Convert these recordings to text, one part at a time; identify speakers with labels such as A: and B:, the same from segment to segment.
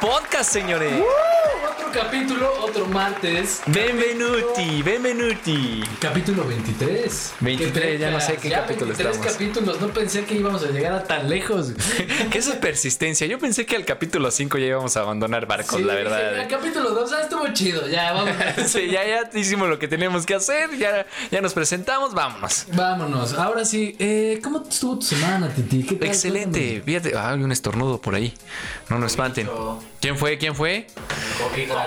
A: Podcast, señores.
B: Otro capítulo, otro martes.
A: Benvenuti, benvenuti.
B: Capítulo 23.
A: 23,
B: Qué
A: ya no sé
B: pecas.
A: qué
B: Ya
A: capítulo
B: 23
A: estamos.
B: capítulos, no pensé que íbamos a llegar a tan lejos.
A: ¿Qué es persistencia? Yo pensé que al capítulo 5 ya íbamos a abandonar barcos,
B: Sí,
A: la
B: dije, "Ah,
A: verdad.
B: capítulo 2, ya estuvo chido, ya vamos.
A: Sí, ya, ya hicimos lo que teníamos que hacer, ya, ya nos presentamos, vámonos.
B: Vámonos, ahora sí, eh, ¿cómo estuvo tu semana, Titi? ¿Qué tal?
A: Excelente, fíjate, ah, hay un estornudo por ahí. No nos espanten. ¿Quién fue? ¿Quién fue?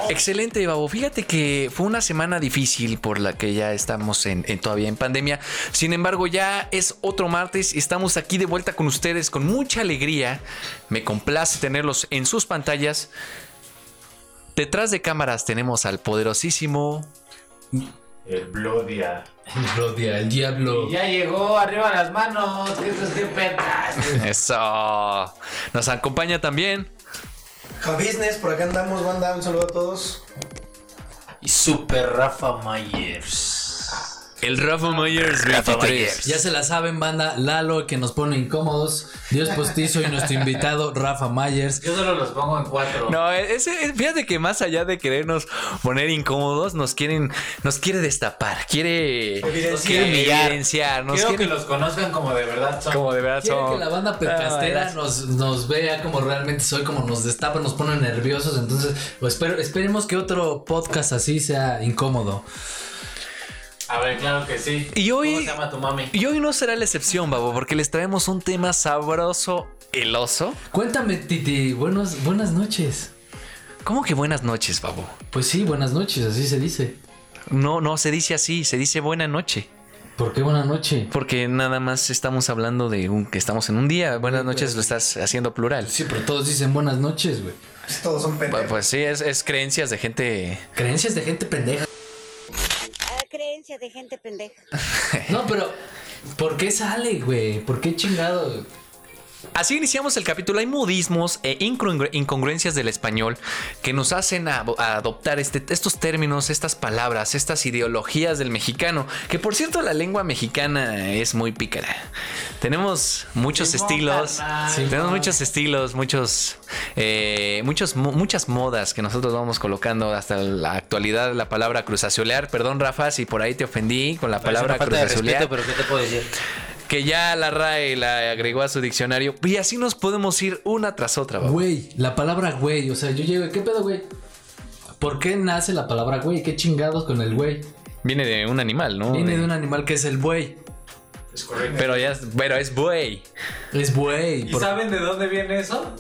A: Excelente, Babo. Fíjate que fue una semana difícil por la que ya estamos en, en- todavía en pandemia. Sin embargo, ya es otro martes y estamos aquí de vuelta con ustedes con mucha alegría. Me complace tenerlos en sus pantallas. Detrás de cámaras tenemos al poderosísimo.
C: El Blodia.
B: Cuéntame. Rodia, el diablo.
C: Ya llegó, arriba las manos. ¿Qué es este petas?
A: Eso. Nos acompaña también.
D: Javisnes, por acá andamos, banda, un saludo a todos.
C: Y Super Rafa Myers.
A: El Rafa Myers 23.
B: Ya se la saben, banda, Lalo, que nos pone incómodos, Dios Postizo y nuestro invitado, Rafa Myers.
C: Yo solo los pongo en cuatro.
A: No, e-, ese- es- fíjate que más allá de querernos poner incómodos, nos quieren, nos quiere destapar, quiere,
D: Evidenciar.
A: nos quiere evidenciar, nos
C: Quiero
A: quiere-
C: que los conozcan como de verdad son.
A: como de verdad
B: Quiere
A: son.
B: que la banda
A: Ah,
B: pecastera
A: verás.
B: nos, nos vea como realmente soy, como nos destapa, nos pone nerviosos. Entonces, pues, espero- esperemos que otro podcast así sea incómodo.
C: A ver, claro que sí.
A: Y hoy-
C: ¿Cómo se llama tu mami?
A: Y hoy no será la excepción, babo, porque les traemos un tema sabroso, el oso.
B: Cuéntame, Titi, buenos, buenas noches.
A: ¿Cómo que buenas noches, babo?
B: Pues sí, buenas noches, así se dice.
A: No, no se dice así, se dice buena noche,
B: ¿Por qué buena noche?
A: porque nada más estamos hablando de un, que estamos en un día. Buenas noches lo estás haciendo plural.
B: Sí, pero todos dicen buenas noches, güey.
D: Todos son pendejos.
A: Pues sí, es, es creencias de gente
B: Creencias de gente pendeja.
E: Ah, creencia de gente pendeja.
B: No, pero ¿por qué sale, güey? ¿Por qué chingado?
A: Así iniciamos el capítulo. Hay modismos e incongru- incongruencias del español que nos hacen a- a adoptar este- estos términos, estas palabras, estas ideologías del mexicano. Que por cierto, la lengua mexicana es muy pícara. Tenemos muchos
C: Simón,
A: estilos.
C: carnal.
B: Sí.
A: Tenemos muchos estilos, muchos, eh, muchos, mo- muchas modas que nosotros vamos colocando hasta la actualidad. La palabra cruzazulear, perdón, Rafa, si por ahí te ofendí con la palabra cruzazulear
C: pero ¿qué te puedo decir?
A: que ya la RAE la agregó a su diccionario. Y así nos podemos ir una tras otra, babo.
B: Güey, la palabra güey, o sea, yo llego, ¿qué pedo, güey? ¿Por qué nace la palabra güey? ¿Qué chingados con el güey?
A: Viene de un animal, ¿no?
B: Viene de un animal que es el buey.
C: Es correcto.
A: Pero ya, es- pero es buey.
B: Es buey.
C: ¿Y
B: por-
C: saben de dónde viene eso?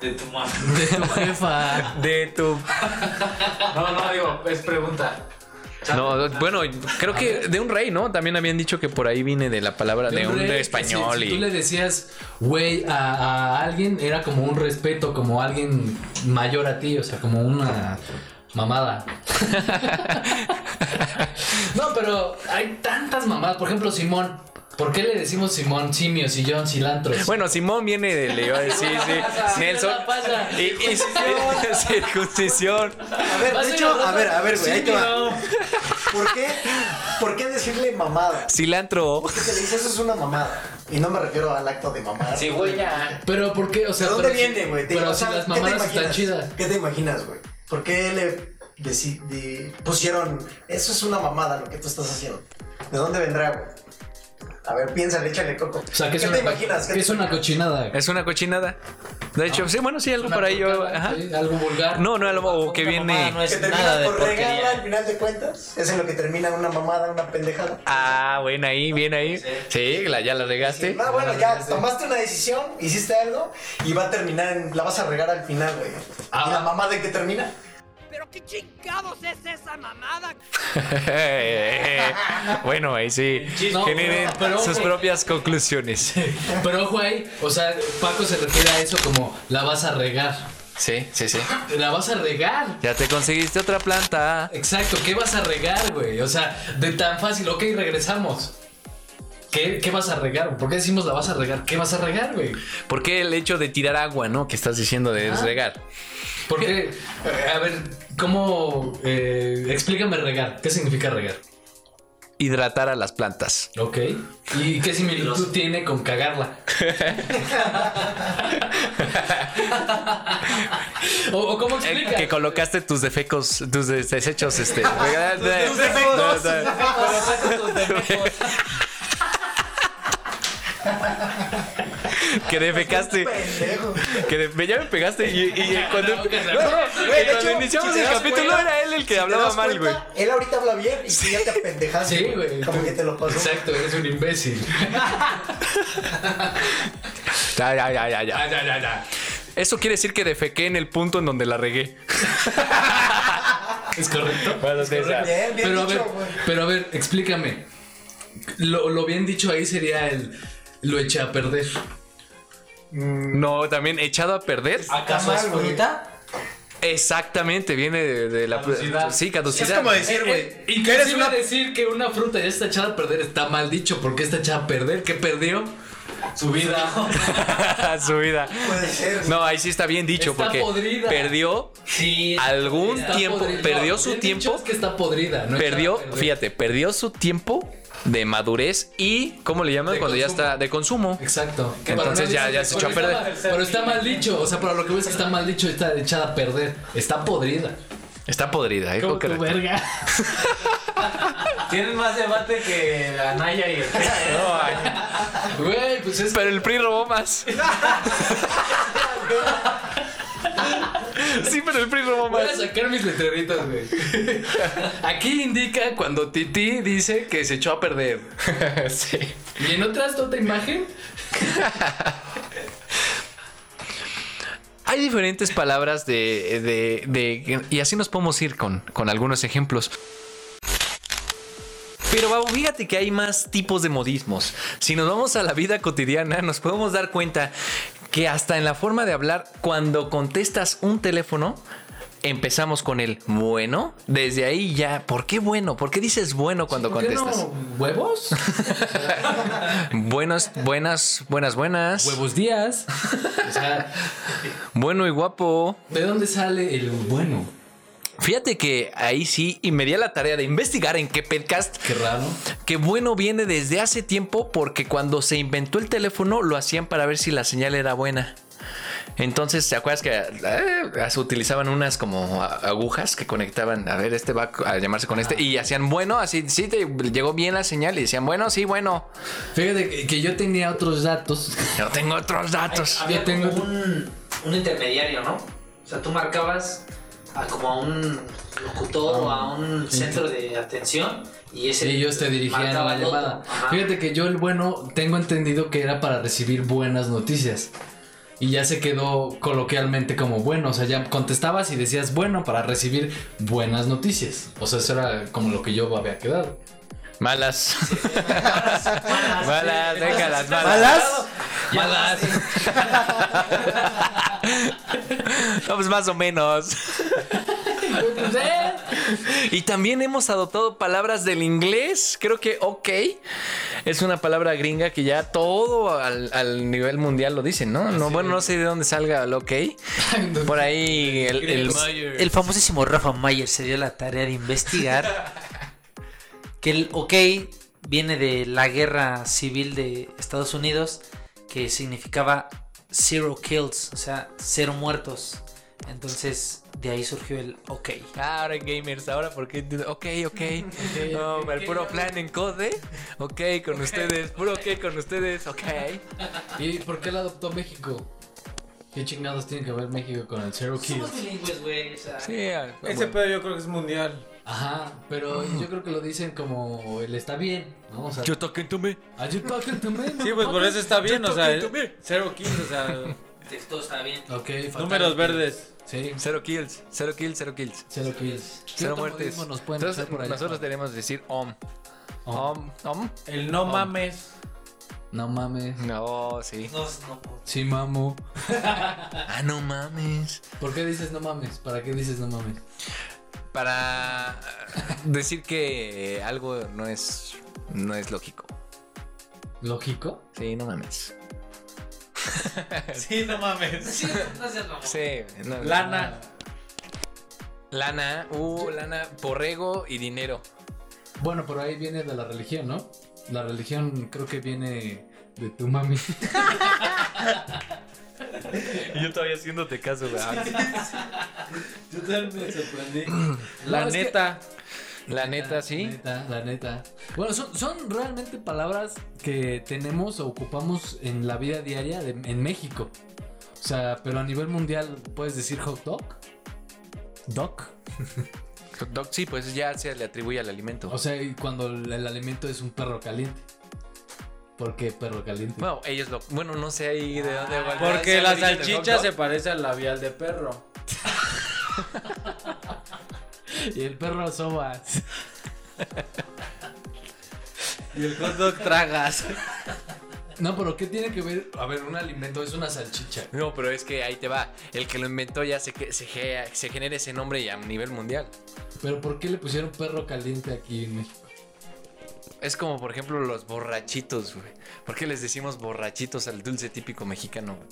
C: De tu mami.
B: De tu jefa.
A: De tu.
C: No, no, digo, es pregunta.
A: No, bueno, creo que de un rey, ¿no? También habían dicho que por ahí viene de la palabra de, un
B: rey,
A: de
B: que
A: español
B: Si, si
A: y.
B: tú le decías güey a, a alguien, era como un respeto, como alguien mayor a ti, o sea, como una mamada. no, pero hay tantas mamadas. Por ejemplo, Simón. ¿Por qué le decimos Simón simio, sillón, cilantro?
A: Bueno, Simón viene de le iba a decir, sí,
B: Sí,
A: Nelson.
B: la pasa.
A: Y, y- circuncisión.
D: a ver, de
B: Pásenle
D: hecho,
B: otra.
D: a ver, a ver, güey, ahí te va.
B: Simio.
D: ¿Por qué, ¿Por qué decirle mamada?
A: Cilantro.
D: ¿Por qué te le dices eso es una mamada? Y no me refiero al acto de mamada.
C: Sí, güey, ya.
B: Pero ¿por qué? O
D: ¿De
B: sea,
D: dónde
B: pero si-
D: viene, güey? Te-
B: Pero
D: o
B: si
D: sea,
B: las
D: ¿qué te
B: mamadas están
D: imaginas?
B: chidas.
D: ¿Qué te imaginas, güey? ¿Por qué le deci- di- pusieron eso es una mamada lo que tú estás haciendo? ¿De dónde vendrá, güey? A ver, piénsale, échale coco.
B: O sea, que es
D: ¿Qué
B: una,
D: te imaginas?
B: que
D: ¿Qué te
B: es una
D: imaginas?
B: cochinada.
A: Es una cochinada. De hecho, sí, bueno, sí, algo por ahí yo.
B: Vulgar,
A: Ajá.
B: sí, Algo vulgar.
A: No, no, algo o que
C: Una
A: viene.
C: mamada no
D: que
C: es nada
D: terminas
C: de
D: por regarla al
C: porquería.
D: final de cuentas. Es en lo que termina una mamada, una pendejada.
A: Ah, bien ahí, bien ahí.
C: Sí.
A: Sí, la, ya la regaste.
D: No, bueno, ya tomaste una decisión, hiciste algo y va a terminar en. La vas a regar al final, güey.
B: Ah.
D: ¿Y la mamá de que termina?
E: ¿Pero qué chingados es esa mamada?
A: bueno, ahí sí.
B: No,
A: Generen
B: pero- pero-
A: sus propias conclusiones.
B: Pero ojo ahí, o sea, Paco se refiere a eso como la vas a regar.
A: Sí, sí, sí.
B: La vas a regar.
A: Ya te conseguiste otra planta.
B: Exacto, ¿qué vas a regar, güey? O sea, de tan fácil, ok, regresamos. ¿Qué, qué vas a regar? ¿Por qué decimos la vas a regar? ¿Qué vas a regar, güey?
A: ¿Por qué el hecho de tirar agua, no? Que estás diciendo de
B: Ajá.
A: regar.
B: Porque, a ver, ¿cómo? eh, explícame regar. ¿Qué significa regar?
A: hidratar a las plantas.
B: Ok. ¿Y qué similitud tiene con cagarla? o, o cómo
A: Eh,
B: explica?
A: que colocaste tus defecos, tus des- desechos, este. tus
C: defectos.
A: que defecaste.
D: Pendejo.
A: Que de- ya me pegaste y, y cuando,
B: No, que se-
A: No, no, güey,
D: de
A: cuando
D: hecho,
A: iniciamos
D: si te
A: el
D: das
A: capítulo
D: cuenta-
A: era él el que
D: ¿Te
A: hablaba
D: das
A: mal, güey.
D: cuenta? Él ahorita habla bien y tú ya te apendejaste.
B: Sí, güey.
D: Como
B: tú-
D: que te lo pasó.
B: Exacto, eres un imbécil.
A: Ya, ya, ya, ya,
B: Ya,
A: Ah, ya.
B: Ah, ya, ya, ya.
A: Eso quiere decir que defequé en el punto en donde la regué.
B: ¿Es correcto?
A: Bueno,
B: ¿Es
A: sí,
B: correcto?
A: ya.
D: Bien, bien
B: pero,
D: dicho,
B: a ver,
D: güey.
B: pero a ver, explícame. Lo, lo bien dicho ahí sería el lo eché a perder.
A: No, también echado a perder.
B: Ah.
D: ¿Acaso es bonita?
A: Exactamente, viene de, de la
B: Caducidad.
A: Sí, caducidad.
D: Es como decir,
B: Eh,
D: güey.
B: ¿Y
D: que
B: qué
D: eres
B: eres
D: una.
B: decir que una fruta ya está echada a perder? Está mal dicho. ¿Por qué está echada a perder? ¿Qué perdió? Su vida.
A: Su vida.
D: Puede ser.
A: No, ahí sí está bien dicho
B: Está
A: porque
B: podrida.
A: perdió,
B: Sí.
A: Algún tiempo, perdió su
B: bien
A: tiempo.
B: dicho Es que está podrida. no
A: perdió,
B: echada a perder.
A: fíjate, perdió su tiempo de madurez y ¿cómo le llaman
B: De
A: cuando
B: consumo.
A: ya está de consumo?
B: Exacto.
A: Que entonces ya- ya se echó a
B: Pero
A: perder.
B: está- Pero está mal dicho. O sea, para lo que ves que está mal dicho, está echada a perder. Está podrida.
A: Está podrida, ¿eh?
B: Como tu
A: Creo que-
B: verga.
C: Tienen más debate que la Naya y el
A: No, ay,
B: Güey, pues es.
A: pero el PRI robó más. Sí, pero el PRI robó
B: Voy a
A: más.
B: sacar mis letreritas, güey. Aquí indica cuando Titi dice que se echó a perder.
A: Sí.
B: Y en otras, otra imagen.
A: Hay diferentes palabras de, de- de- Y así nos podemos ir con, con algunos ejemplos. Pero Babo, fíjate que hay más tipos de modismos. Si nos vamos a la vida cotidiana, nos podemos dar cuenta que hasta en la forma de hablar, cuando contestas un teléfono, empezamos con el bueno. Desde ahí ya, ¿por qué bueno? ¿Por qué dices bueno cuando
B: ¿Por qué no?
A: contestas?
B: ¿Huevos?
A: Buenos, buenas, buenas, buenas.
B: Huevos días. O sea,
A: Bueno y guapo.
B: ¿de dónde sale el bueno?
A: Fíjate que ahí sí, y me di a la tarea de investigar en qué podcast.
B: Qué raro.
A: Que bueno viene desde hace tiempo porque cuando se inventó el teléfono lo hacían para ver si la señal era buena. Entonces, ¿te acuerdas que eh, se utilizaban unas como a- agujas que conectaban? A ver, este va a llamarse con este. Y hacían bueno, así, sí, te llegó bien la señal y decían bueno, sí, bueno.
B: Fíjate que- que yo tenía otros datos.
A: Yo tengo otros datos.
B: Yo
C: Había
B: tengo-
C: como un, un intermediario, ¿no? O sea, tú marcabas a como a un locutor o a un centro de atención y ese.
B: Sí, ellos te dirigían a la
C: marcaban otro.
B: llamada.
C: Ajá.
B: Fíjate que yo el bueno tengo entendido que era para recibir buenas noticias. Y ya se quedó coloquialmente como bueno. O sea, ya contestabas y decías bueno para recibir buenas noticias. O sea, eso era como lo que yo había quedado.
A: Malas. Malas, déjalas, malas.
B: Malas.
A: No, pues más o menos. Y también hemos adoptado palabras del inglés. Creo que ok es una palabra gringa que ya todo al, al nivel mundial lo dicen, ¿no? no bueno, no sé de dónde salga el ok. Por ahí el, el-
F: El famosísimo Rafa Mayer se dio la tarea de investigar que el OK viene de la guerra civil de Estados Unidos, que significaba zero kills, o sea, cero muertos. Entonces, de ahí surgió el OK.
A: Ah, Ahora gamers, ahora porque ok, ok. No, el puro plan en code. Ok, con ustedes, puro ok con ustedes, ok.
B: ¿Y por qué la adoptó México? ¿Qué chingados tiene que ver México con el Zero Kills?
F: Somos bilingües, güey, o sea,
A: Sí, ah,
G: Ese pedo yo creo que es mundial.
B: Ajá, pero yo creo que lo dicen como el está bien, ¿no? O sea,
A: yo toquen tu me.
B: "Are you talking to me,
G: Sí, pues por eso está bien, o sea,
A: Yo toqué, tomé.
G: cero kills, o sea,
F: todo está bien.
B: Ok, fatal.
G: números verdes.
B: Sí,
A: Cero kills, cero kills, cero kills.
B: cero kills.
A: Cero muertes.
B: Nos pueden
A: Entonces,
B: echar por ahí?
A: nosotros tenemos que decir om.
B: Om.
A: Om, om.
G: El no mames.
B: No mames.
A: No, sí.
F: No, no, por-
B: Sí, mamo.
A: Ah, no mames.
B: ¿Por qué dices no mames? ¿Para qué dices no mames?
A: Para decir que algo no es no es lógico.
B: ¿Lógico?
A: Sí, no mames.
G: Sí, no mames.
F: Sí, no seas mamón.
A: Sí, no-
G: Lana.
A: Lana, uh, lana, borrego y dinero.
B: Bueno, pero ahí viene de la religión, ¿no? La religión creo que viene de tu mami.
A: Y yo todavía haciéndote caso, güey.
B: Yo también me sorprendí.
G: La
B: No, es que-
G: neta.
A: La neta, sí.
B: La neta, la neta. Bueno, son, son realmente palabras que tenemos o ocupamos en la vida diaria de- en México. O sea, pero a nivel mundial puedes decir hot dog. Doc.
A: Hot dog, sí, pues ya se le atribuye al alimento.
B: O sea, y cuando el, el alimento es un perro caliente. ¿Por qué perro caliente?
A: bueno, ellos lo. Bueno, no sé ahí de dónde va.
G: Ah, Porque la salchicha se
A: se.
G: parece al labial de perro.
B: Y el perro soba.
G: Y el hot dog tragas.
B: No, pero ¿qué tiene que ver? A ver, un alimento es una salchicha.
A: No, pero es que ahí te va. El que lo inventó ya se, que- se, ge- se genera ese nombre y a nivel mundial.
B: Pero ¿por qué le pusieron perro caliente aquí en México?
A: Es como, por ejemplo, los borrachitos, güey. ¿Por qué les decimos borrachitos al dulce típico mexicano? güey?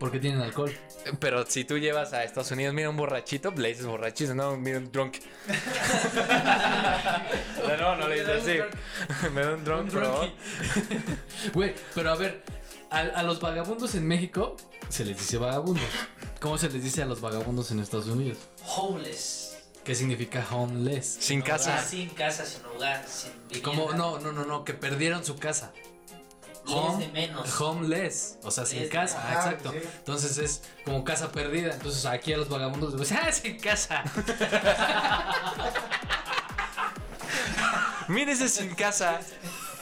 B: Porque tienen alcohol.
A: Eh, Pero si tú llevas a Estados Unidos, mira un borrachito, le dices borrachito, no, mira un drunk. no, no, no le dices así. Me da un drunk, bro.
B: Güey, pero a ver, a, a los vagabundos en México se les dice vagabundos. ¿Cómo se les dice a los vagabundos en Estados Unidos?
F: Homeless.
B: ¿Qué significa homeless?
A: Sin
F: Ah,
A: casa.
F: sin casa, sin hogar, sin vivienda.
B: Como, no, no, no, no, que perdieron su casa.
F: Tienes de menos.
B: Homeless, o sea, sin
F: Es-
B: casa,
D: ajá,
B: exacto.
D: sí.
B: Entonces es como casa perdida. Entonces aquí a los vagabundos, pues, ¡ah, sin casa!
A: Mira ese sin casa.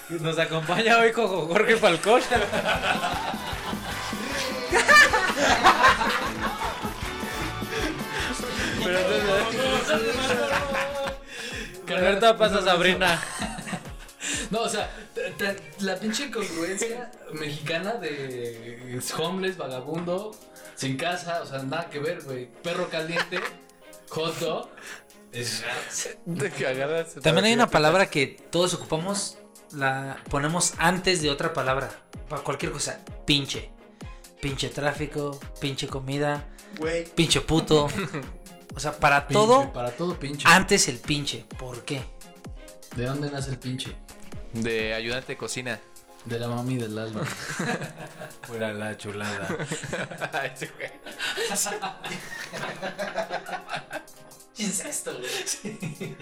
G: Nos acompaña hoy Coco Jorge Falcón. Pero Roberta pasa Sabrina.
B: No, o sea, ta- ta- la pinche congruencia mexicana de es homeless, vagabundo, sin casa, o sea, nada que ver, güey. Perro caliente, hot dog. Es,
F: También hay una palabra que todos ocupamos, la ponemos antes de otra palabra. Para cualquier cosa. Pinche. Pinche tráfico, pinche comida,
D: Güey,
F: pinche puto. O sea, para
B: Pinche,
F: todo, Ah.
B: Para todo pinche.
F: antes el pinche. ¿Por qué?
B: ¿De dónde nace el pinche?
A: De ayudante de cocina.
B: De la mami del alma.
G: Fuera la chulada.
A: Ese güey.
F: Incesto, güey.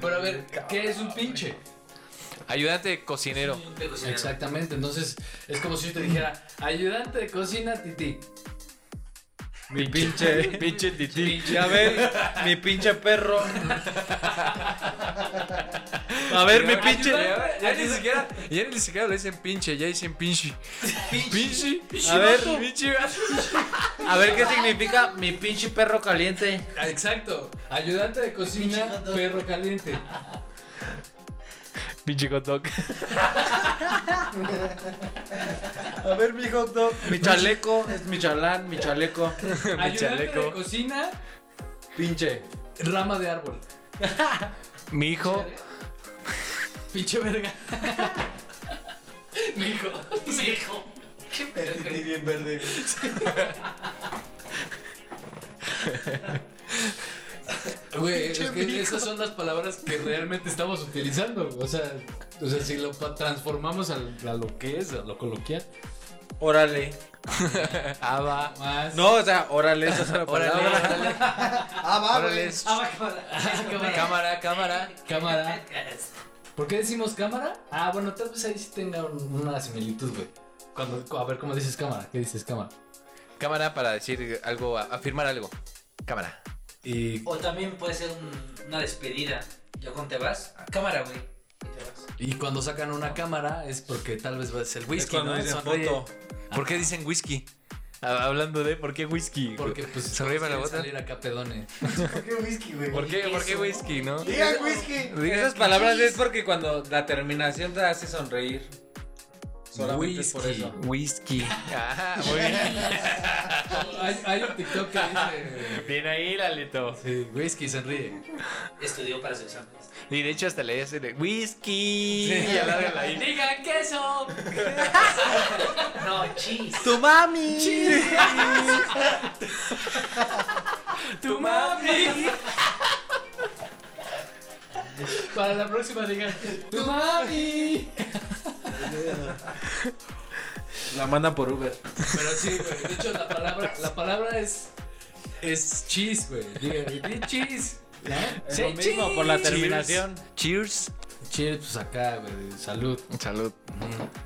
B: Pero a ver, ¿qué es un pinche?
A: Ayudante de cocinero.
B: Exactamente, entonces es como si yo te dijera, ayudante de cocina, Titi.
G: Mi pinche, pinche tití. Ya ven, mi pinche perro. A ver, mi pinche.
A: Ya, ya ni siquiera, ya ni siquiera lo dicen pinche, ya dicen pinche. Pinche.
G: A ver.
A: pinche.
G: A ver qué significa mi pinche perro caliente.
B: Ah, Exacto, ayudante de cocina, perro caliente.
A: Pinche hot dog.
G: A ver, mi hot dog. Mi chaleco, es mi chalán, mi chaleco.
A: Mi
B: Ayudante de
A: chaleco.
B: cocina,
G: Pinche.
B: rama de árbol.
A: Mi hijo.
B: Pinche verga. Mi hijo.
D: el tití bien verde. güey.
B: Güey, es que esas son las palabras que realmente estamos utilizando. O sea, o sea si lo pa- transformamos al- a, lo que es, a lo coloquial.
G: Órale.
B: Ah,
A: Aba.
B: Más.
G: No, o sea, órale, esa es la
A: Órale,
G: palabra.
A: órale.
D: Ah, va,
A: Órale.
D: güey.
A: Cámara, cámara.
B: Cámara. ¿Por qué decimos cámara? Ah, bueno, tal vez ahí sí tenga un- una similitud, güey. Cuando, a ver, ¿cómo dices cámara? ¿Qué dices cámara?
A: Cámara para decir algo, a- afirmar algo. Cámara.
B: Y,
F: O también puede ser un- una despedida. Yo con te vas, a cámara, güey. Y te vas.
B: y cuando sacan una cámara es porque tal vez va a ser whisky, ¿no? Sonríe.
A: ¿Por qué dicen whisky? Ah, Hablando de por qué whisky.
B: Porque pues
A: Sonríe para la
B: quieren
A: bota.
B: salir acá pedones.
D: ¿Por qué whisky, güey?
A: ¿Por qué, ¿Por qué whisky, no?
D: Diga whisky.
A: Digan
G: Esas
A: que-
G: palabras es porque cuando la terminación te hace sonreír. Solamente es por
A: Whisky.
G: eso.
A: Whisky. Ah, muy bien.
B: Hay, hay un TikTok que dice
A: Bien ahí, Lalito.
B: sí, whisky sonríe.
F: Estudió para sus exámenes.
A: Y de hecho hasta le dicen de whisky. Y alárgala ahí.
F: ¡Diga queso! no, cheese.
G: ¡Tu mami!
A: Tu mami.
B: Para la próxima digan, ¡Tu mami!
G: La manda por Uber.
B: Pero sí, güey. De hecho, la palabra, la palabra es. Es cheese, güey. Digan, "Di cheese. ¿No?
G: Es
B: Sí,
G: lo mismo por la
B: cheese.
G: terminación.
A: Cheers.
B: Cheers, pues acá, güey. Salud.
A: Salud.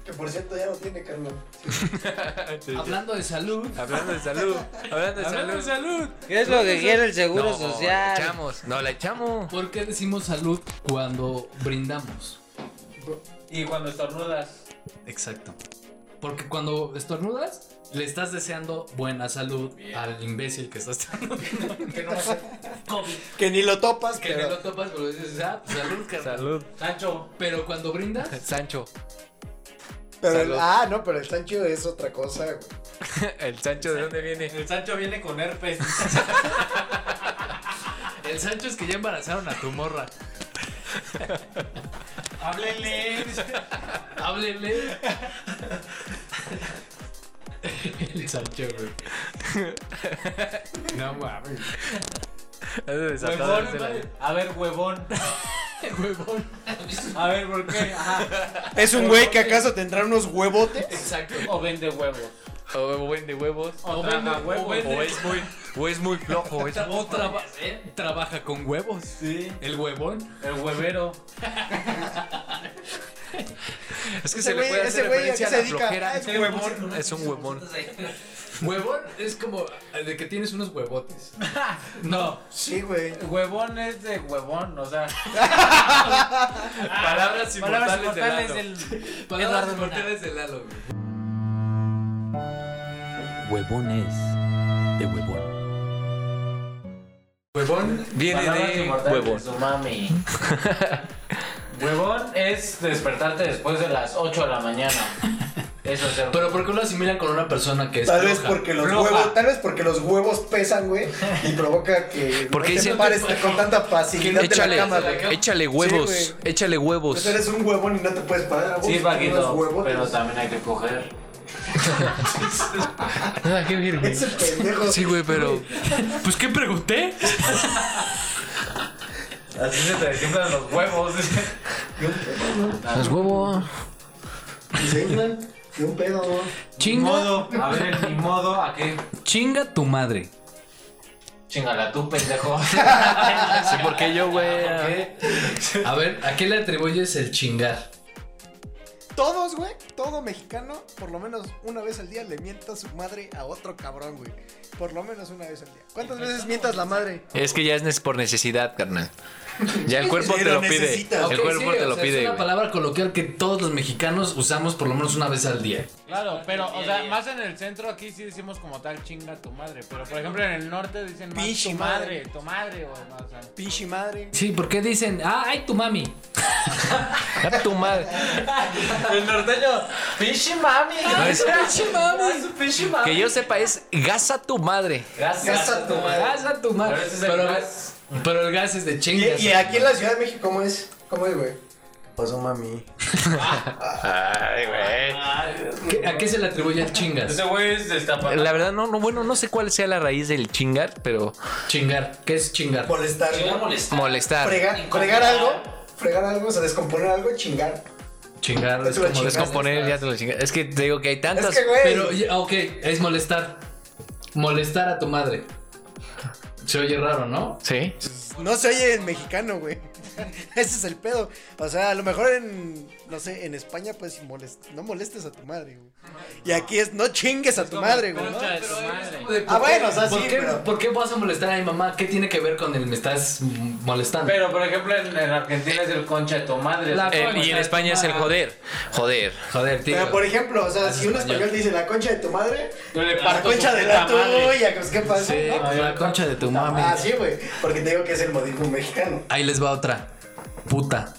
H: Que por cierto ya no tiene, Carlos.
B: Hablando de salud.
A: Hablando de salud. Hablando de
B: Hablando de
A: salud.
B: salud.
I: ¿Qué es lo que quiere el Seguro
A: No, la
I: Social?
A: echamos. No, la echamos.
B: ¿Por qué decimos salud cuando brindamos?
G: Y cuando estornudas.
B: Exacto. Porque cuando estornudas, le estás deseando buena salud al imbécil que está estornudando.
F: Que no sé. COVID.
D: Que ni lo topas,
B: Que no
D: pero.
B: lo topas, pero dices, ah, pues, salud, carnal.
A: Salud.
F: Sancho.
B: Pero cuando brindas,
A: Sancho.
D: pero el-
A: Salud.
D: ah, no, pero el Sancho es otra cosa, güey.
A: El Sancho, ¿de dónde viene?
G: El Sancho viene con herpes.
B: el Sancho es que ya embarazaron a tu morra.
G: Háblenle.
B: Háblele. El Sancho, güey. No mames.
G: Huevón. A ver, huevón.
B: Huevón.
G: A ver, ¿por qué? Ajá.
D: ¿Es un güey que acaso tendrá unos huevotes?
B: Exacto.
G: O vende huevos.
A: O vende huevos.
G: O,
B: traga
G: vende
B: huevos.
G: huevos.
A: O es muy, o es muy flojo. es-
B: O traba- trabaja con huevos.
G: Sí.
B: El huevón.
G: El huevero.
A: Es que
D: Ese
A: se le
D: güey-
A: puede
D: ese
A: hacer
D: güey, ¿a
A: referencia a
D: qué
A: la
D: se dedica? Ah,
A: flojera.
D: es huevón.
A: Es un huevón.
B: Huevón es como de que tienes unos huevotes.
G: No.
D: Sí, güey.
G: Huevón es de huevón, o sea.
A: Palabras
G: Ah,
A: inmortales
G: Palabras
A: de
G: inmortales
A: Lalo.
G: del.
B: Palabras
G: Eduardo Luna.
B: inmortales de Lalo, güey.
J: Huevones de huevón.
B: Huevón.
A: Viene
G: Palabras
A: de
G: inmortales de
A: huevos.
G: su mami. Huevón es despertarte después de las 8 de la mañana. Eso es
B: Pero ¿por qué lo asimilan con una persona que es
D: Tal vez
B: floja?
D: porque los
G: floja.
D: huevos, tal vez porque los huevos pesan, güey, y provoca que
A: Porque
D: no te
A: dicen-
D: pares con tanta facilidad de la
A: Échale,
D: cama, güey.
A: échale huevos.
D: Sí, güey.
A: échale huevos.
D: Pues eres un huevón y no te puedes parar. a
G: Sí,
D: gusto, unos
G: Paquito,
D: huevotes.
G: pero también hay que coger.
B: Ah,
A: Nada que ver, güey.
D: Ese pendejo.
A: Sí, güey, pero. Pues qué pregunté.
G: Así se te desinflan los huevos.
A: Los huevos.
D: Se inflan de un pedo, ¿no?
G: Ni
B: Chinga,
G: modo, a ver, ni modo, ¿a qué?
B: chinga tu madre.
G: Chingala tú, pendejo.
A: Sí, porque yo, güey.
D: Ah,
B: A ver, ¿a qué le atribuyes el chingar?
D: Todos, güey, todo mexicano, por lo menos una vez al día le mienta su madre a otro cabrón, güey. Por lo menos una vez al día. ¿Cuántas veces mientas la madre?
A: Es que ya es nes- por necesidad, carnal. Ya el cuerpo te
D: lo
A: lo pide.
D: necesitas.
A: El
B: Ok,
A: cuerpo
B: sí,
A: te
B: o
A: lo
B: sea,
A: pide,
B: Es una
A: güey.
B: palabra coloquial que todos los mexicanos usamos por lo menos una vez al día.
G: Claro, pero, o sea, más en el centro aquí sí decimos como tal chinga tu madre. Pero, por ejemplo, en el norte dicen más
D: Pinche
G: tu
D: madre.
G: madre, tu madre, o no, o sea.
D: Pinche madre.
B: Sí, porque dicen, ah, ay, tu mami.
A: A tu madre.
G: El norteño, pinche mami.
A: No, es-
G: mami. Pinche mami.
A: Que yo sepa, es gasa tu madre.
G: Gracias
D: Gas a tu madre.
B: Gas a tu madre.
G: Pero ese es el
B: Pero,
G: gas.
B: pero el gas es de
D: Y,
B: chingas.
D: y aquí en la Ciudad de México, ¿cómo es? ¿Cómo es, güey?
G: Pues,
D: Pasó mami.
A: Ay, güey.
B: ¿Qué- ¿A qué se le atribuye el chingas?
G: Ese güey es destapado.
A: La verdad, no, no, bueno, no sé cuál sea la raíz del chingar, pero
B: Chingar. ¿Qué es chingar?
D: Molestar,
F: Yo
D: güey.
F: no molestar.
A: molestar.
D: Fregar, fregar algo,
G: ah.
D: fregar algo, o sea, descomponer algo, chingar.
B: Chingar es
D: Eso lo
B: como
D: chingas.
A: Descomponer, ya te lo chingas. Es que te digo que hay tantas.
D: Es que, güey.
B: Pero, ya, ok, es molestar. Molestar a tu madre. Se oye raro, ¿no?
A: Sí.
D: No se oye en mexicano, güey. Ese es el pedo. O sea, a lo mejor en, no sé, en España, pues molest- no molestes a tu madre, güey. Y aquí es no chingues a tu madre, güey. ¿no? Ah, bueno, o sea,
B: Pues, ¿Por
D: sí,
B: qué,
D: pero-
B: ¿Por qué vas a molestar a mi mamá? ¿Qué tiene que ver con el me estás mm, molestando?
G: Pero, por ejemplo, en, en Argentina es el concha de tu madre.
B: La
G: o sea,
A: Eh, y en España es el joder. Joder.
B: Joder, tío.
D: Pero por ejemplo, o sea,
B: Es
D: si un
B: español.
D: español dice la concha de tu madre,
G: Yo le
D: la
G: parto
D: concha
G: su
D: de
G: puta
D: la
G: madre.
D: tuya, pues, ¿qué pasó?
B: Sí,
D: no?
B: la concha de tu mami.
D: Ah, sí, güey. Porque te digo que es el modismo mexicano.
B: Ahí les va otra. Puta.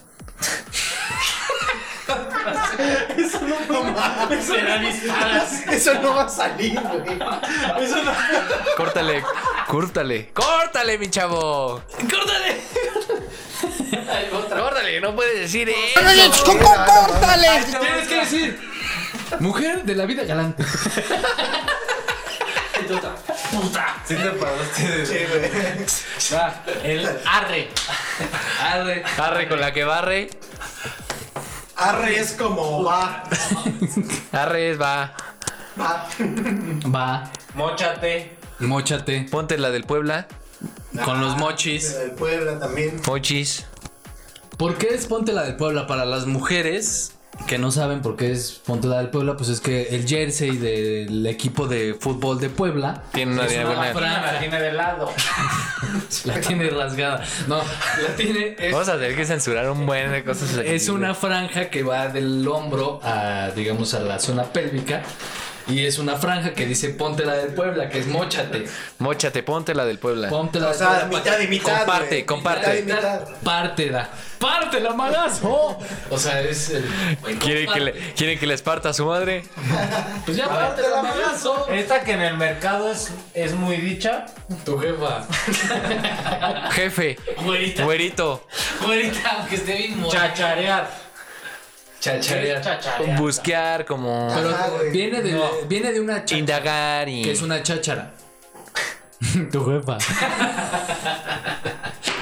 D: Eso no, no mames.
G: Ah,
D: Eso no va a salir, güey. Eso no.
A: Córtale, córtale. ¡Córtale, mi chavo! ¡Córtale! ¡Córtale! No puedes decir eso.
B: pues, Tienes que decir. Mujer de la vida galante.
C: puta.
G: Sí te paraste.
D: Sí, güey.
B: Va, el arre. Arre.
A: Arre con la que barre.
D: Arre es como va.
A: Arre es va.
D: va.
B: Va,
G: Móchate.
B: mochate.
A: Ponte la del Puebla.
B: Con los mochis.
D: El Puebla también.
A: Mochis.
B: ¿Por qué es Ponte la del Puebla? Para las mujeres que no saben por qué es Ponte la del Puebla, pues es que el jersey del equipo de fútbol de Puebla
A: Tiene una
B: es
A: diagonal.
B: franja.
G: La tiene de lado.
B: La tiene rasgada. No, la tiene. Es,
A: Vamos a tener que censurar un buen de cosas. aquí,
B: es una franja que va del hombro a, digamos, a la zona pélvica. Y es una franja que dice ponte la del Puebla, que es mochate.
A: güey. Móchate, ponte la del Puebla.
B: Ponte la
D: O
B: del
D: sea,
B: Puebla.
D: mitad y mitad.
A: Comparte,
D: güey.
A: comparte.
D: Mitad y mitad.
B: Pártela. Pártela, malazo. O sea, es el.
A: ¿Quieren que, le, ¿Quieren que les parta a su madre?
B: Pues ya pártela, malazo.
G: Esta que en el mercado es, es muy dicha.
B: Tu jefa.
A: Jefe,
B: Güerita.
A: güerito,
B: Güerita, aunque esté bien morada.
G: Chacharear.
B: Chacharea.
G: Chacharear.
A: busquear como
B: Pero
D: Ajá, güey.
B: viene, de, viene de una cháchara.
A: indagar y
B: Que es una cháchara. tu jefa.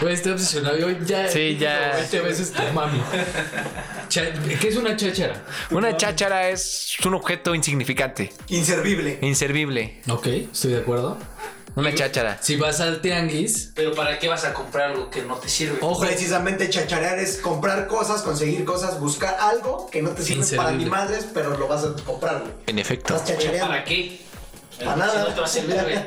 B: Güey, estoy obsesionado. Yo ya.
A: Sí, ya.
B: como 20 veces tu mami. Cha- ¿Qué es una cháchara?
A: una cháchara es un objeto insignificante,
D: Inservible.
A: inservible.
B: Ok, estoy de acuerdo.
A: Una cháchara.
B: Si vas al tianguis.
C: Pero ¿para qué vas a comprar algo que no te sirve?
A: Oh,
B: Ojo,
D: Precisamente chacharear es comprar cosas, conseguir cosas, buscar algo que no te sirve
B: Inservible.
D: para ni madres, pero lo vas a comprar, güey.
A: En efecto.
D: Estás
C: Pero
D: chachareando.
C: ¿Para qué?
D: Para nada.
C: Si no te va a servir, güey.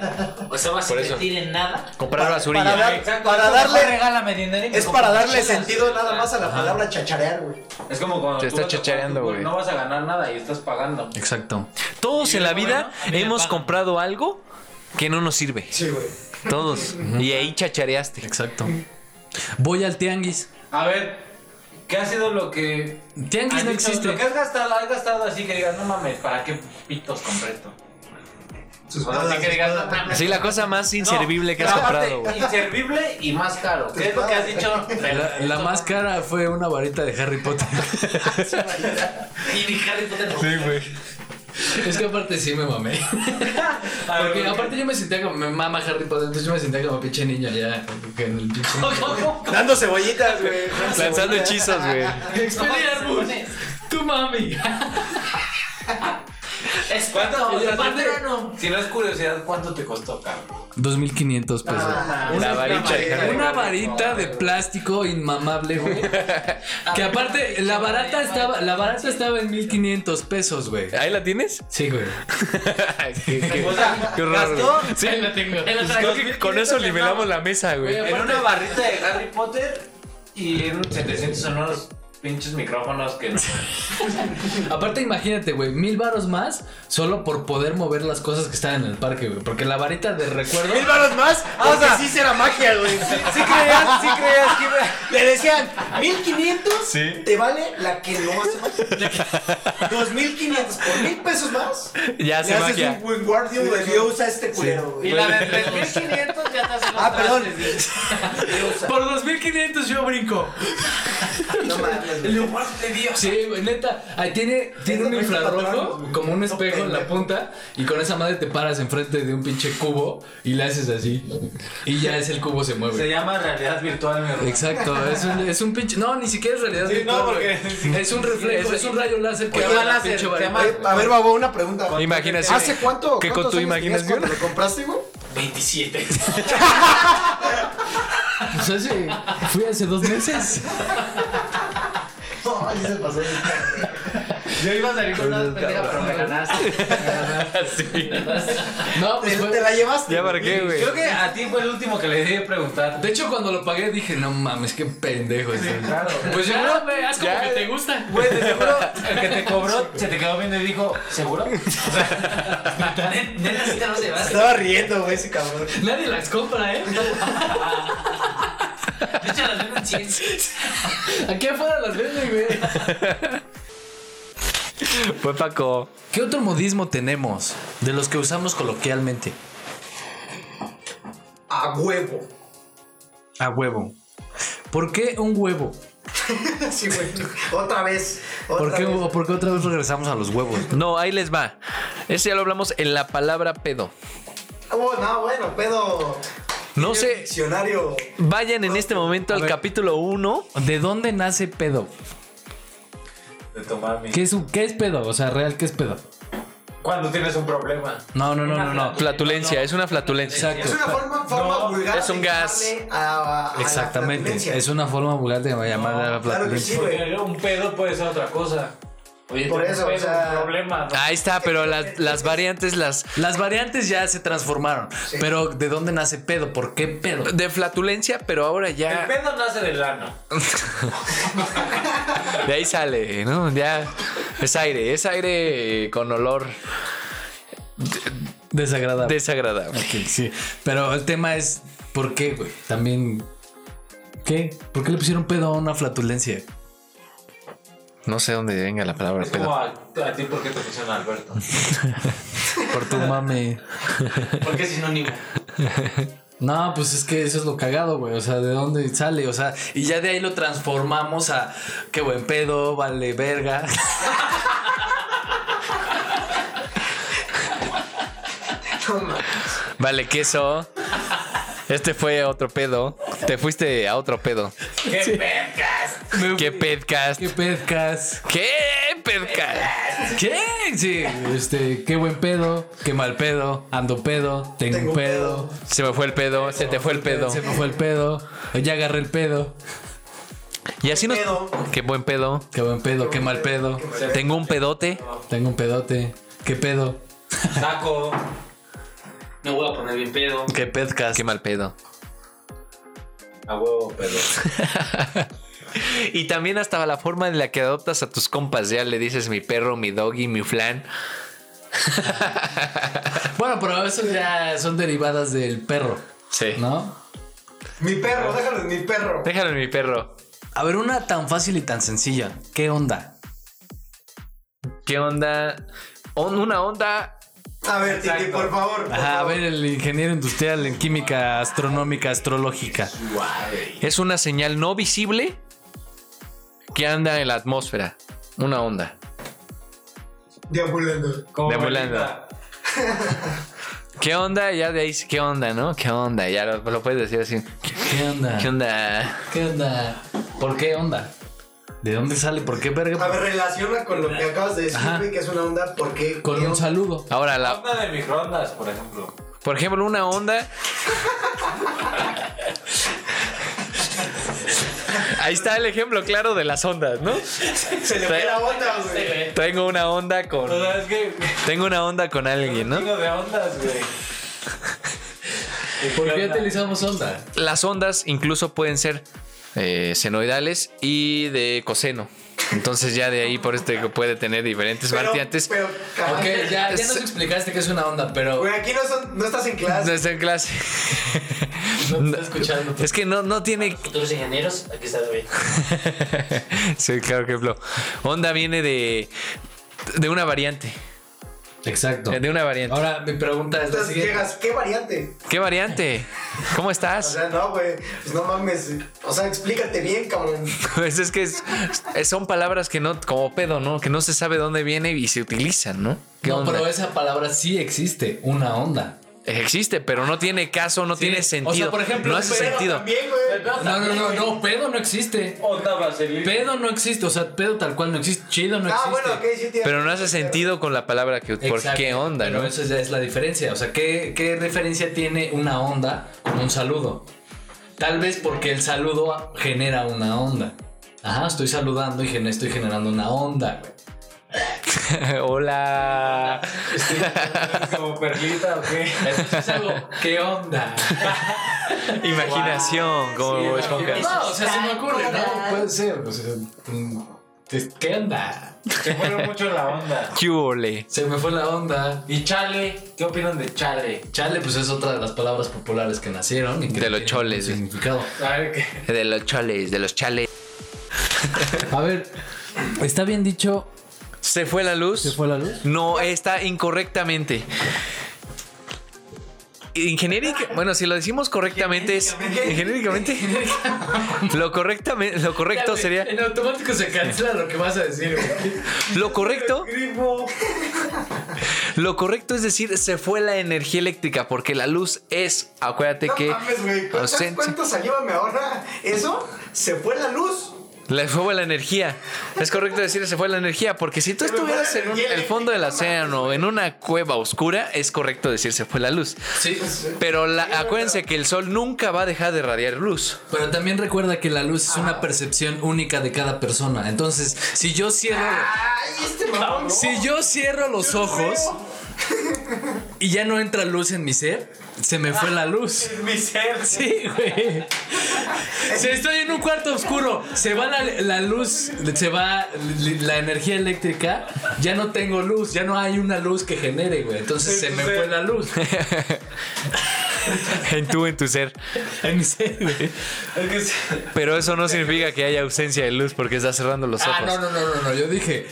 C: O sea, vas a
A: Por eso.
C: invertir en nada.
A: Comprar basurilla.
K: Para, dar- para
F: Mejor
K: darle.
F: regálame dinero y me
D: Es
F: compro
D: para darle
F: chelas.
D: sentido nada más a la palabra chacharear, güey.
G: Es como cuando.
A: Te
G: tú
A: está
G: vas a jugar
A: chachareando,
G: fútbol,
A: güey.
G: No vas a ganar nada y estás pagando.
B: Exacto.
A: Todos en la vida
F: Bueno,
A: hemos
F: pagan.
A: comprado algo que no nos sirve.
D: Sí, güey.
A: Todos. Y ahí chachareaste.
B: Exacto. Voy al tianguis.
G: A ver, ¿qué ha sido lo que.
B: Tianguis
G: has
B: no
G: dicho,
B: existe.
G: Lo que has gastado, has gastado así que digas, no mames, ¿para qué pitos compré esto?
D: Sus
G: O sea,
D: bodas,
G: así que
D: sus
G: digas,
D: bodas.
G: no mames.
A: Sí, la cosa más inservible que has
G: Aparte,
A: comprado, güey.
G: Inservible y más caro. ¿Qué es lo que has dicho?
B: La, la más cara fue una varita de Harry Potter.
C: Y ni Harry Potter no.
B: es que aparte sí me mamé.
G: A ver,
B: Porque
G: güey.
B: aparte yo me sentía como me mama Harry Potter, entonces yo me sentía como pinche niño ya que en el pinche.
D: Dando cebollitas, güey.
A: Lanzando hechizos, güey.
B: Expelliarmus. Tu mami.
G: Es cuánto. O sea,
C: Aparte,
G: Si no es curiosidad, ¿cuánto te costó, cabrón?
B: 2500 pesos.
G: Ah.
A: La varita de Harry
B: una varita de plástico inmamable, güey. Que aparte la barata estaba la barata estaba en 1500 pesos, güey.
A: ¿Ahí la tienes?
B: Sí, güey.
A: qué, qué-
G: O sea,
A: qué horror, güey.
G: gastó
A: Sí,
B: Ahí la tengo.
A: creo que con eso nivelamos la mesa, güey.
G: en una barrita de Harry Potter y en 700 en unos pinches micrófonos que no.
B: Aparte, imagínate, güey, mil varos más solo por poder mover las cosas que están en el parque, güey. Porque la varita de recuerdo.
K: Mil varos más. Ah, o sea, sí será magia, güey.
G: Sí creías, sí creías que iba.
K: Le decían,
D: 1500
A: Sí.
D: te vale la que no hace más. 2500 por mil pesos más.
A: Ya
D: Le
A: se
D: haces
A: magia.
D: un buen guardia de Dios a este culero, güey.
G: Y la de 3500 ya te hace los
D: Ah, perdón.
G: trastes,
B: Por 2500 yo brinco.
D: No mames,
G: güey.
D: güey.
G: Lo más de Dios.
B: Sí, güey, neta. Ahí tiene, tiene un
D: lo que
B: infrarrojo,
D: patrón, güey.
B: como un espejo en la
D: pendejo.
B: punta. Y con esa madre te paras enfrente de un pinche cubo y le haces así. Y ya es el cubo se
G: Se
B: mueve.
G: llama realidad virtual, mi hermano.
B: Exacto, es un, es un pinche. No, ni siquiera es realidad.
G: Sí,
B: virtual,
G: no,
B: güey. Es un reflejo, es un rayo láser que abre la
G: láser,
B: pinche
G: te
B: varita,
G: llama-
B: güey.
D: A ver, babo, una pregunta.
A: Imaginación.
D: ¿Hace cuánto?
A: Que con
D: cuántos
A: tu
D: años tenías
A: imaginación.
D: cuando ¿Lo compraste, güey?
C: 27.
B: Pues hace- fui hace dos meses.
D: No, ya se pasó.
G: Yo iba a salir con una pendeja, pero me ganaste.
A: Sí.
B: No, pues
D: Te,
B: fue-
D: te la llevaste.
A: Ya para qué, güey.
G: Creo que a ti fue el último que le dejé de preguntar.
B: De hecho, cuando lo pagué dije, no mames, qué pendejo es.
G: Claro.
B: Pues ya, no, güey, haz como
A: Ya.
B: que te gusta.
G: Güey, de seguro el que te cobró se te quedó viendo y dijo, ¿seguro?
C: Nena, si te no se vas.
D: Estaba riendo, güey, ese cabrón.
B: Nadie las compra, ¿eh?
C: De hecho, las venden 100.
B: Aquí afuera las venden, güey.
A: Fue Paco.
B: ¿Qué otro modismo tenemos de los que usamos coloquialmente?
D: A huevo.
B: A huevo. ¿Por qué un huevo?
D: Sí, güey. Otra vez. Otra
B: ¿Por qué,
D: vez.
B: o por qué otra vez regresamos a los huevos?
A: No, ahí les va. Ese ya lo hablamos en la palabra pedo.
D: Oh, no, bueno, pedo.
A: No sé.
D: Diccionario.
A: Vayan en este momento al capítulo 1.
B: ¿De dónde nace pedo?
L: De tomar mi.
B: ¿Qué es, un- ¿Qué es pedo? O sea, real, ¿qué es pedo?
L: Cuando tienes un problema.
B: No, no, no, no, no.
A: Flatulencia, es una flatulencia.
D: Es
B: Exacto.
D: una forma, forma vulgar.
A: es un
D: de
A: gas.
D: llamarle a- a- a la
B: Exactamente.
D: flatulencia.
B: Es una forma vulgar de llamar a la
D: Claro que sí,
L: Porque
B: flatulencia.
D: güey.
L: un pedo puede ser otra cosa. Oye,
D: Por
L: tengo
D: eso,
L: un
D: o sea-
L: un problema. ¿no?
A: Ahí está, pero las, las variantes, las.
B: Las variantes ya se transformaron. Pero ¿de dónde nace pedo? ¿Por qué pedo?
A: De flatulencia, pero ahora
L: El
A: ya.
L: pedo nace del ano.
A: De ahí sale, ¿no? Ya. Es aire, es aire con olor
B: Desagradable.
A: desagradable.
B: Ok, sí. Pero el tema es, ¿por qué, güey? También. ¿Qué? ¿Por qué le pusieron pedo a una flatulencia?
A: No sé dónde venga la palabra
L: Es como
A: pedo.
L: a, a ti, ¿por qué te pusieron Alberto?
B: Por tu mame.
C: Porque es sinónimo.
B: No, pues es que eso es lo cagado, güey. O sea, ¿de dónde sale? O sea, y ya de ahí lo transformamos a qué buen pedo, vale verga.
A: Vale, queso. Este fue otro pedo. Te fuiste a otro pedo.
L: ¡Qué vergas!
A: ¿Qué podcast?
B: ¿Qué pedcas?
A: ¿Qué podcast?
B: ¿Qué? Sí, este, qué buen pedo, qué mal pedo, ando pedo, tengo, un pedo,
A: Se me fue el pedo, se te fue el pedo.
B: se me fue el pedo, ya agarré el pedo,
A: Y así nos.
D: Pedo.
A: Qué buen pedo.
B: qué buen pedo, qué mal pedo,
A: Tengo un pedote.
B: tengo un pedote, qué pedo,
L: Saco.
C: Me voy a poner bien pedo.
B: qué pedcas.
A: Qué mal pedo.
L: A huevo, pedo.
A: Y también hasta la forma en la que adoptas a tus compas. Ya le dices mi perro, mi doggy, mi flan.
B: Bueno, pero eso ya son derivadas del perro,
A: Sí.
B: ¿no?
D: Mi perro, déjalo en mi perro.
A: Déjalo en mi perro.
B: A ver, una tan fácil y tan sencilla. ¿Qué onda?
A: ¿Qué onda? On- una onda.
D: A ver, Titi, por favor. por
B: Ajá, a
D: favor.
B: ver, el ingeniero industrial en química astronómica astrológica.
A: Es una señal no visible que anda en la atmósfera. Una onda.
D: Deambulando.
A: Deambulando. ¿Qué onda? Ya de ahí, ¿qué onda, no? ¿Qué onda? Ya lo, lo puedes decir así.
B: ¿Qué onda?
A: ¿Qué onda?
B: ¿Qué onda? ¿Por qué onda? ¿De dónde sale? ¿Por qué verga?
D: A ver, relaciona con lo que acabas de decir,
B: Ajá.
D: güey, que es una onda, porque.
B: Con un saludo.
A: Ahora, la,
L: Onda de microondas, por ejemplo.
A: por ejemplo, una onda. Ahí está el ejemplo claro de las ondas, ¿no?
D: Se le fue la onda, güey.
A: Tengo una onda con.
L: O sea, es que.
A: Tengo una onda con alguien, ¿no?
L: Chingo de ondas, güey.
B: ¿Por qué utilizamos onda?
A: Las ondas incluso pueden ser eh, senoidales y de coseno. Entonces ya de ahí por este que puede tener diferentes
D: Pero,
A: variantes.
D: pero,
B: Ok,
D: cabrón,
B: ya, ya nos explicaste qué es una onda, pero
D: Güey, aquí no, son- no estás en
A: No
D: clase.
A: está en clase.
B: no te está escuchando.
A: Es que no, no tiene.
C: Futuros ingenieros, aquí está David.
A: sí, claro que ejemplo. Onda viene de. De una variante.
B: Exacto.
A: De una variante.
B: Ahora mi pregunta es la
D: Entonces
B: siguiente.
D: llegas, ¿qué variante?
A: ¿Qué variante? ¿Cómo
D: O
A: estás?
D: sea, no, güey. Pues no mames. O sea, explícate bien, cabrón.
A: Pues es que es- es- son palabras que no, como pedo, ¿no? Que no se sabe dónde viene y se utilizan, ¿no? ¿Qué
B: No,
A: onda?
B: pero esa palabra sí existe, una onda.
A: Existe, pero no tiene caso, no tiene sentido.
B: O sea, por ejemplo,
A: no
B: un
A: hace
B: pedo
A: sentido.
D: También, güey.
B: No, no, no, no, pedo no existe.
L: Onda vaselina.
B: Pedo no existe, o sea, pedo tal cual no existe, chido no
D: Ah,
B: existe.
D: bueno, ok, sí, tienes-
A: Pero no hace sentido con la palabra que por
B: Exacto,
A: qué onda,
B: pero
A: ¿no?
B: Eso ya es la diferencia. O sea, ¿qué, qué referencia tiene una onda con un saludo? Tal vez porque el saludo genera una onda. Ajá, estoy saludando y gen- estoy generando una onda. güey.
A: Hola.
L: Como perlita, ¿o qué?
B: Entonces es algo, ¿qué onda?
A: Imaginación, como Bob Esponja.
B: No, o sea, se me ocurre, ¿no? Puede ser. o sea, mm, es- ¿Qué onda?
L: Se mueve mucho la onda.
A: ¿Qué ole?
B: Se me fue la onda.
L: ¿Y chale? ¿Qué opinan de chale?
B: Chale, pues es otra de las palabras populares que nacieron. Y que
A: De los
B: tienen
A: choles,
B: un
A: güey.
B: Significado.
L: A ver qué.
A: De los chales, de los chales.
B: A ver, está bien dicho,
A: ¿Se fue la luz?
B: ¿se fue la luz?
A: No, está incorrectamente. Ingenérica, bueno, si lo decimos correctamente es genéricamente. Lo correctamente, lo correcto sería
B: En automático se cancela lo que vas a decir, güey.
A: lo correcto. Lo correcto es decir, se fue la energía eléctrica porque la luz es, acuérdate
D: No
A: que
D: mames, güey. ¿Cuántas
A: ausente.
D: cuentas ayúdame ahora? Eso se fue la luz.
A: La se fue la energía. Es correcto decir se fue la energía, porque si tú
D: Se me fue la
A: estuvieras en un-
D: energía
A: el fondo del océano, en una cueva oscura, es correcto decir se fue la luz.
B: Sí.
A: Pero la, acuérdense que el sol nunca va a dejar de radiar luz.
B: Pero también recuerda que la luz es una percepción única de cada persona. Entonces, si yo cierro,
D: Ay, este mamón.
B: si yo cierro los ojos y ya no entra luz en mi ser, se me fue la luz.
L: Mi ser.
B: Sí, güey. Si estoy en un cuarto oscuro, se va la, la luz, se va li- la energía eléctrica, ya no tengo luz, ya no hay una luz que genere, güey. Entonces se me fue la luz.
A: En tú, en tu ser.
B: En mi ser, güey.
L: Es que se-
A: Pero eso no significa que haya ausencia de luz porque estás cerrando los ojos.
B: Ah, no, no, no, no, no, yo dije,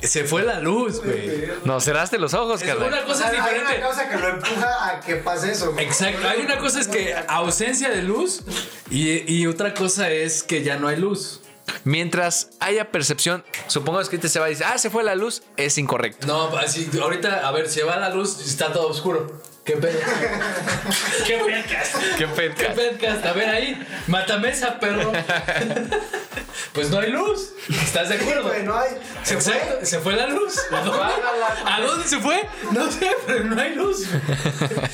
B: se fue la luz, güey.
A: No, cerraste los ojos,
B: Una
A: carnal.
B: cosa es
D: Hay una
B: diferente.
D: causa que lo empuja a que pase eso. güey.
B: Exacto, hay una cosa es que ausencia de luz y, y otra cosa es que ya no hay luz.
A: Mientras haya percepción, supongamos que te se va a decir, ah, se fue la luz, es incorrecto.
B: No, así, ahorita, a ver, se va la luz y está todo oscuro. Qué pedo.
L: ¿Qué pecas?
A: Qué
B: ¿Qué podcast? A ver ahí, matamesa, perro. Pues no hay luz. ¿Estás de acuerdo?
D: Güey, no hay. Se fue.
B: Exacto, ¿Se fue la luz? ¿A dónde? ¿A dónde se fue? No sé, pero no hay luz.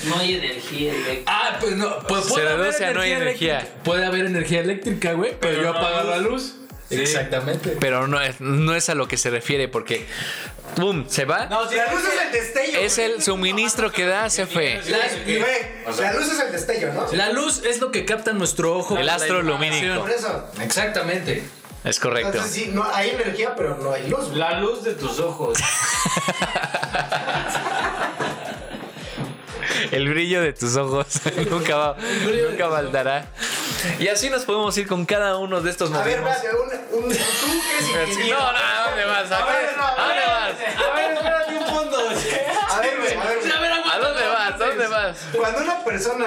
F: No hay energía eléctrica.
B: Ah, pues no. Pues
A: Se
B: puede haber
A: reduce a no hay energía.
B: eléctrica. Puede haber energía eléctrica, güey, pero, yo apago la luz. Exactamente.
A: Pero no es, no es a lo que se refiere porque, boom, se va.
L: No, sí,
D: La luz es el destello.
A: Es el suministro que da CFE.
D: Y ve, la luz es el destello, ¿no?
B: La luz es lo que capta nuestro ojo.
A: El
B: la
A: astro lumínico.
D: Por
B: iluminación.
D: eso.
B: Exactamente.
A: Es correcto.
D: Entonces sí, no hay energía, pero no hay luz. güey.
L: La luz de tus ojos.
A: El brillo de tus ojos nunca, va, nunca faltará. Y así nos podemos ir con cada uno de estos
D: A ver,
A: modelos.
D: espérate, un, un, tú que es ingeniero.
A: No, no, ¿a dónde vas? ¿A,
D: ver,
A: qué-
D: no,
A: ¿a dónde vas?
L: A ver, espérate un punto.
D: A ver, güey, a ver, güey.
A: ¿A dónde vas? ¿A dónde vas?
D: Cuando una persona,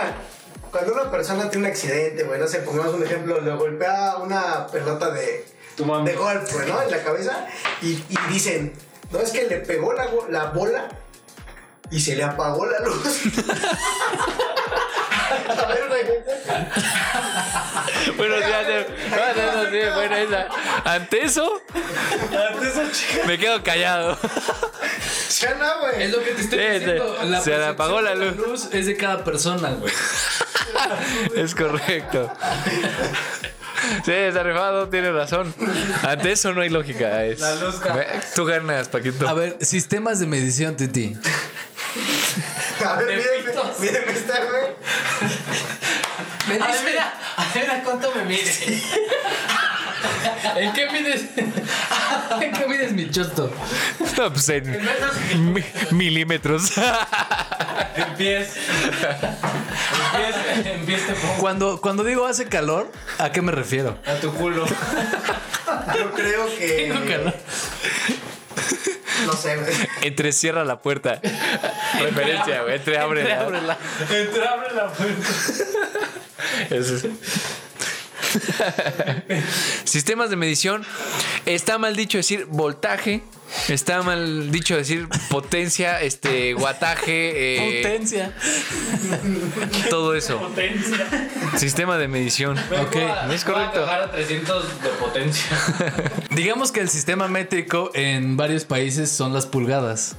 D: cuando una persona tiene un accidente, güey, no sé, pongamos un ejemplo, le golpea una pelota de, de golf, güey, ¿no? En la cabeza y, y dicen, no, es que le pegó la, go- la bola y se le apagó la luz. A ver, güey.
A: Buenos días. eh. No, no, no, sí, bueno, esa. Ante eso, me quedo callado.
D: Ya no, güey.
B: Es lo que te estoy
A: Sí, sí.
B: diciendo. la
A: Se le
B: percepción
A: apagó la
B: de
A: luz.
B: es de cada persona, güey.
A: Es correcto. Sí, está rifado, tiene razón. Ante eso no hay lógica. Es...
L: La luz gana.
A: Ve, Tú ganas, Paquito.
B: A ver, sistemas de medición, Titi.
D: A ver, mídeme, mídeme esta, güey.
B: Me
C: A ver, mira, a ver a cuánto me mide.
B: ¿En qué mides? ¿En qué mides mi chosto?
A: No, pues en mi- milímetros.
L: Empieza. Empieza. Empieza.
B: Cuando, cuando digo hace calor, ¿a qué me refiero?
L: A tu culo.
D: Yo creo que. No sé, güey.
A: Entre cierra la puerta. Referencia, güey. Entre abre. la-
L: Entra, abre la puerta.
A: Eso es. Sistemas de medición. Está mal dicho decir voltaje. Está mal dicho decir potencia, este, guataje, eh,
B: Potencia.
A: todo eso. Sistema de medición.
B: Ok,
A: es correcto.
L: Voy a bajar a 300 de potencia.
B: Digamos que el sistema métrico en varios países son las pulgadas.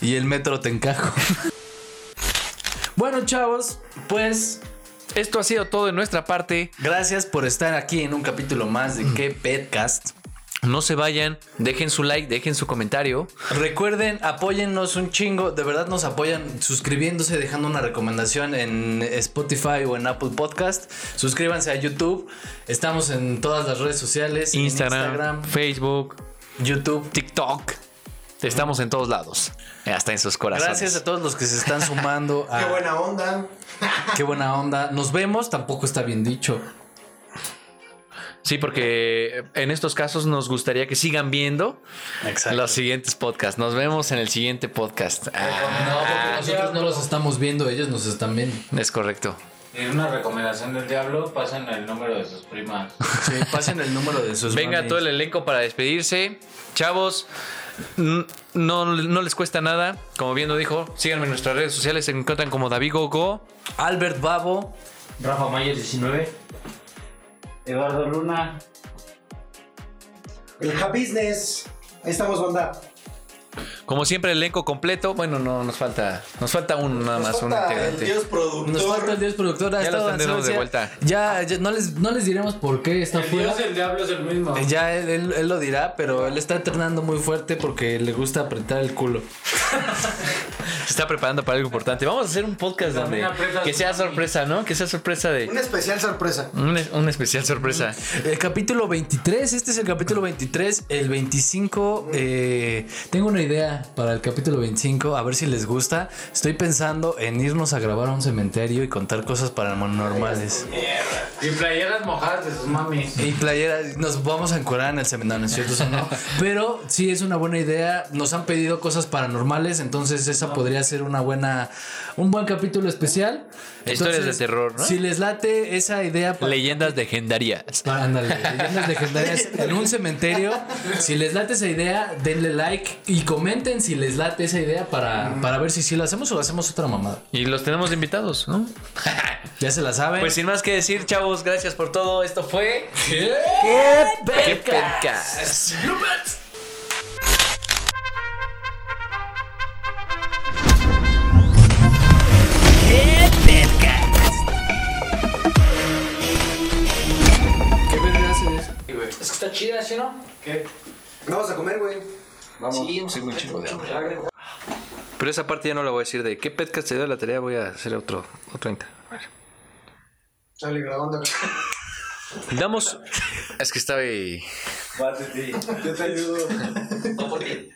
B: Y el metro te encajo. Bueno, chavos, pues
A: Esto ha sido todo de nuestra parte.
B: gracias por estar aquí en un capítulo más de qué podcast.
A: No se vayan, dejen su like, dejen su comentario.
B: Recuerden, apóyennos un chingo. De verdad nos apoyan suscribiéndose, dejando una recomendación en Spotify o en Apple Podcast. Suscríbanse a YouTube. Estamos en todas las redes sociales: en
A: Instagram, Facebook,
B: YouTube.
A: TikTok. Estamos en todos lados, hasta en sus corazones.
B: Gracias a todos los que se están sumando. A,
D: Qué buena onda.
B: qué buena onda. Nos vemos. Tampoco está bien dicho.
A: Sí, porque en estos casos nos gustaría que sigan viendo
B: Exacto.
A: los siguientes podcasts. Nos vemos en el siguiente podcast. Ah,
B: No, porque nosotros no los estamos viendo, ellos nos están viendo.
A: es correcto.
L: Es una recomendación del diablo, pasen el número de sus primas.
B: Sí, pasen el número de sus.
A: Venga
B: mamis.
A: todo el elenco para despedirse. Chavos, N- No, no les cuesta nada. Como bien lo dijo, síganme en nuestras redes sociales. Se encuentran como David Gogo, Albert Babo,
L: Rafa Mayer 19. Eduardo Luna.
D: El Ja Business. Ahí estamos, banda.
A: Como siempre, el elenco completo. Bueno, no, nos falta. Nos falta uno nada más, un integrante.
D: productor.
B: Nos falta el dios productor. ha
A: Ya
B: estado
A: los tendremos
B: Anselmo,
A: de
B: ya-
A: vuelta.
B: Ya, ya no, les, no les diremos por qué está
L: El
B: fuera.
L: Dios del Diablo es el mismo.
B: Eh, Ya él, él- él lo dirá, pero él está entrenando muy fuerte porque le gusta apretar el culo.
A: Se está preparando para algo importante. Vamos a hacer un podcast
L: También
A: donde.
L: aprietas
A: Que
L: tu
A: sea
L: mami.
A: sorpresa, ¿no? Que sea sorpresa de.
D: Una especial sorpresa.
A: Un, un especial sorpresa.
B: El capítulo 23, este es el capítulo 23, el 25, eh, tengo una idea para el capítulo 25, a ver si les gusta. Estoy pensando en irnos a grabar a un cementerio y contar cosas paranormales.
L: Mierda. Y playeras mojadas de sus mamis.
B: Y playeras, nos vamos a encurar en el cementerio, ¿no es cierto? O sea, no. Pero sí es una buena idea, nos han pedido cosas paranormales, entonces esa podría ser una buena, un buen capítulo especial.
A: Historias
B: Entonces,
A: de terror, ¿no?
B: Si les late esa idea para
A: Leyendas legendarias.
B: Ah, Ándale, leyendas legendarias en un cementerio. Si les late esa idea, denle like y comenten si les late esa idea para, para ver si sí lo hacemos o hacemos otra mamada.
A: Y los tenemos invitados, ¿no?
B: Ya se la saben.
A: Pues sin más que decir, chavos, gracias por todo. Esto fue. ¡Qué podcast!
C: Es que está chida, ¿sí o no?
D: Vamos a comer, güey.
L: Vamos.
C: Sí, sí, un chingo de hambre.
A: Pero esa parte ya no la voy a decir de qué podcast se dio la tarea. Voy a hacer otro, otro intento.
D: Sale grabando.
A: Damos. Es que estaba ahí.
L: Bátete.
D: Yo te ayudo.
C: No, porque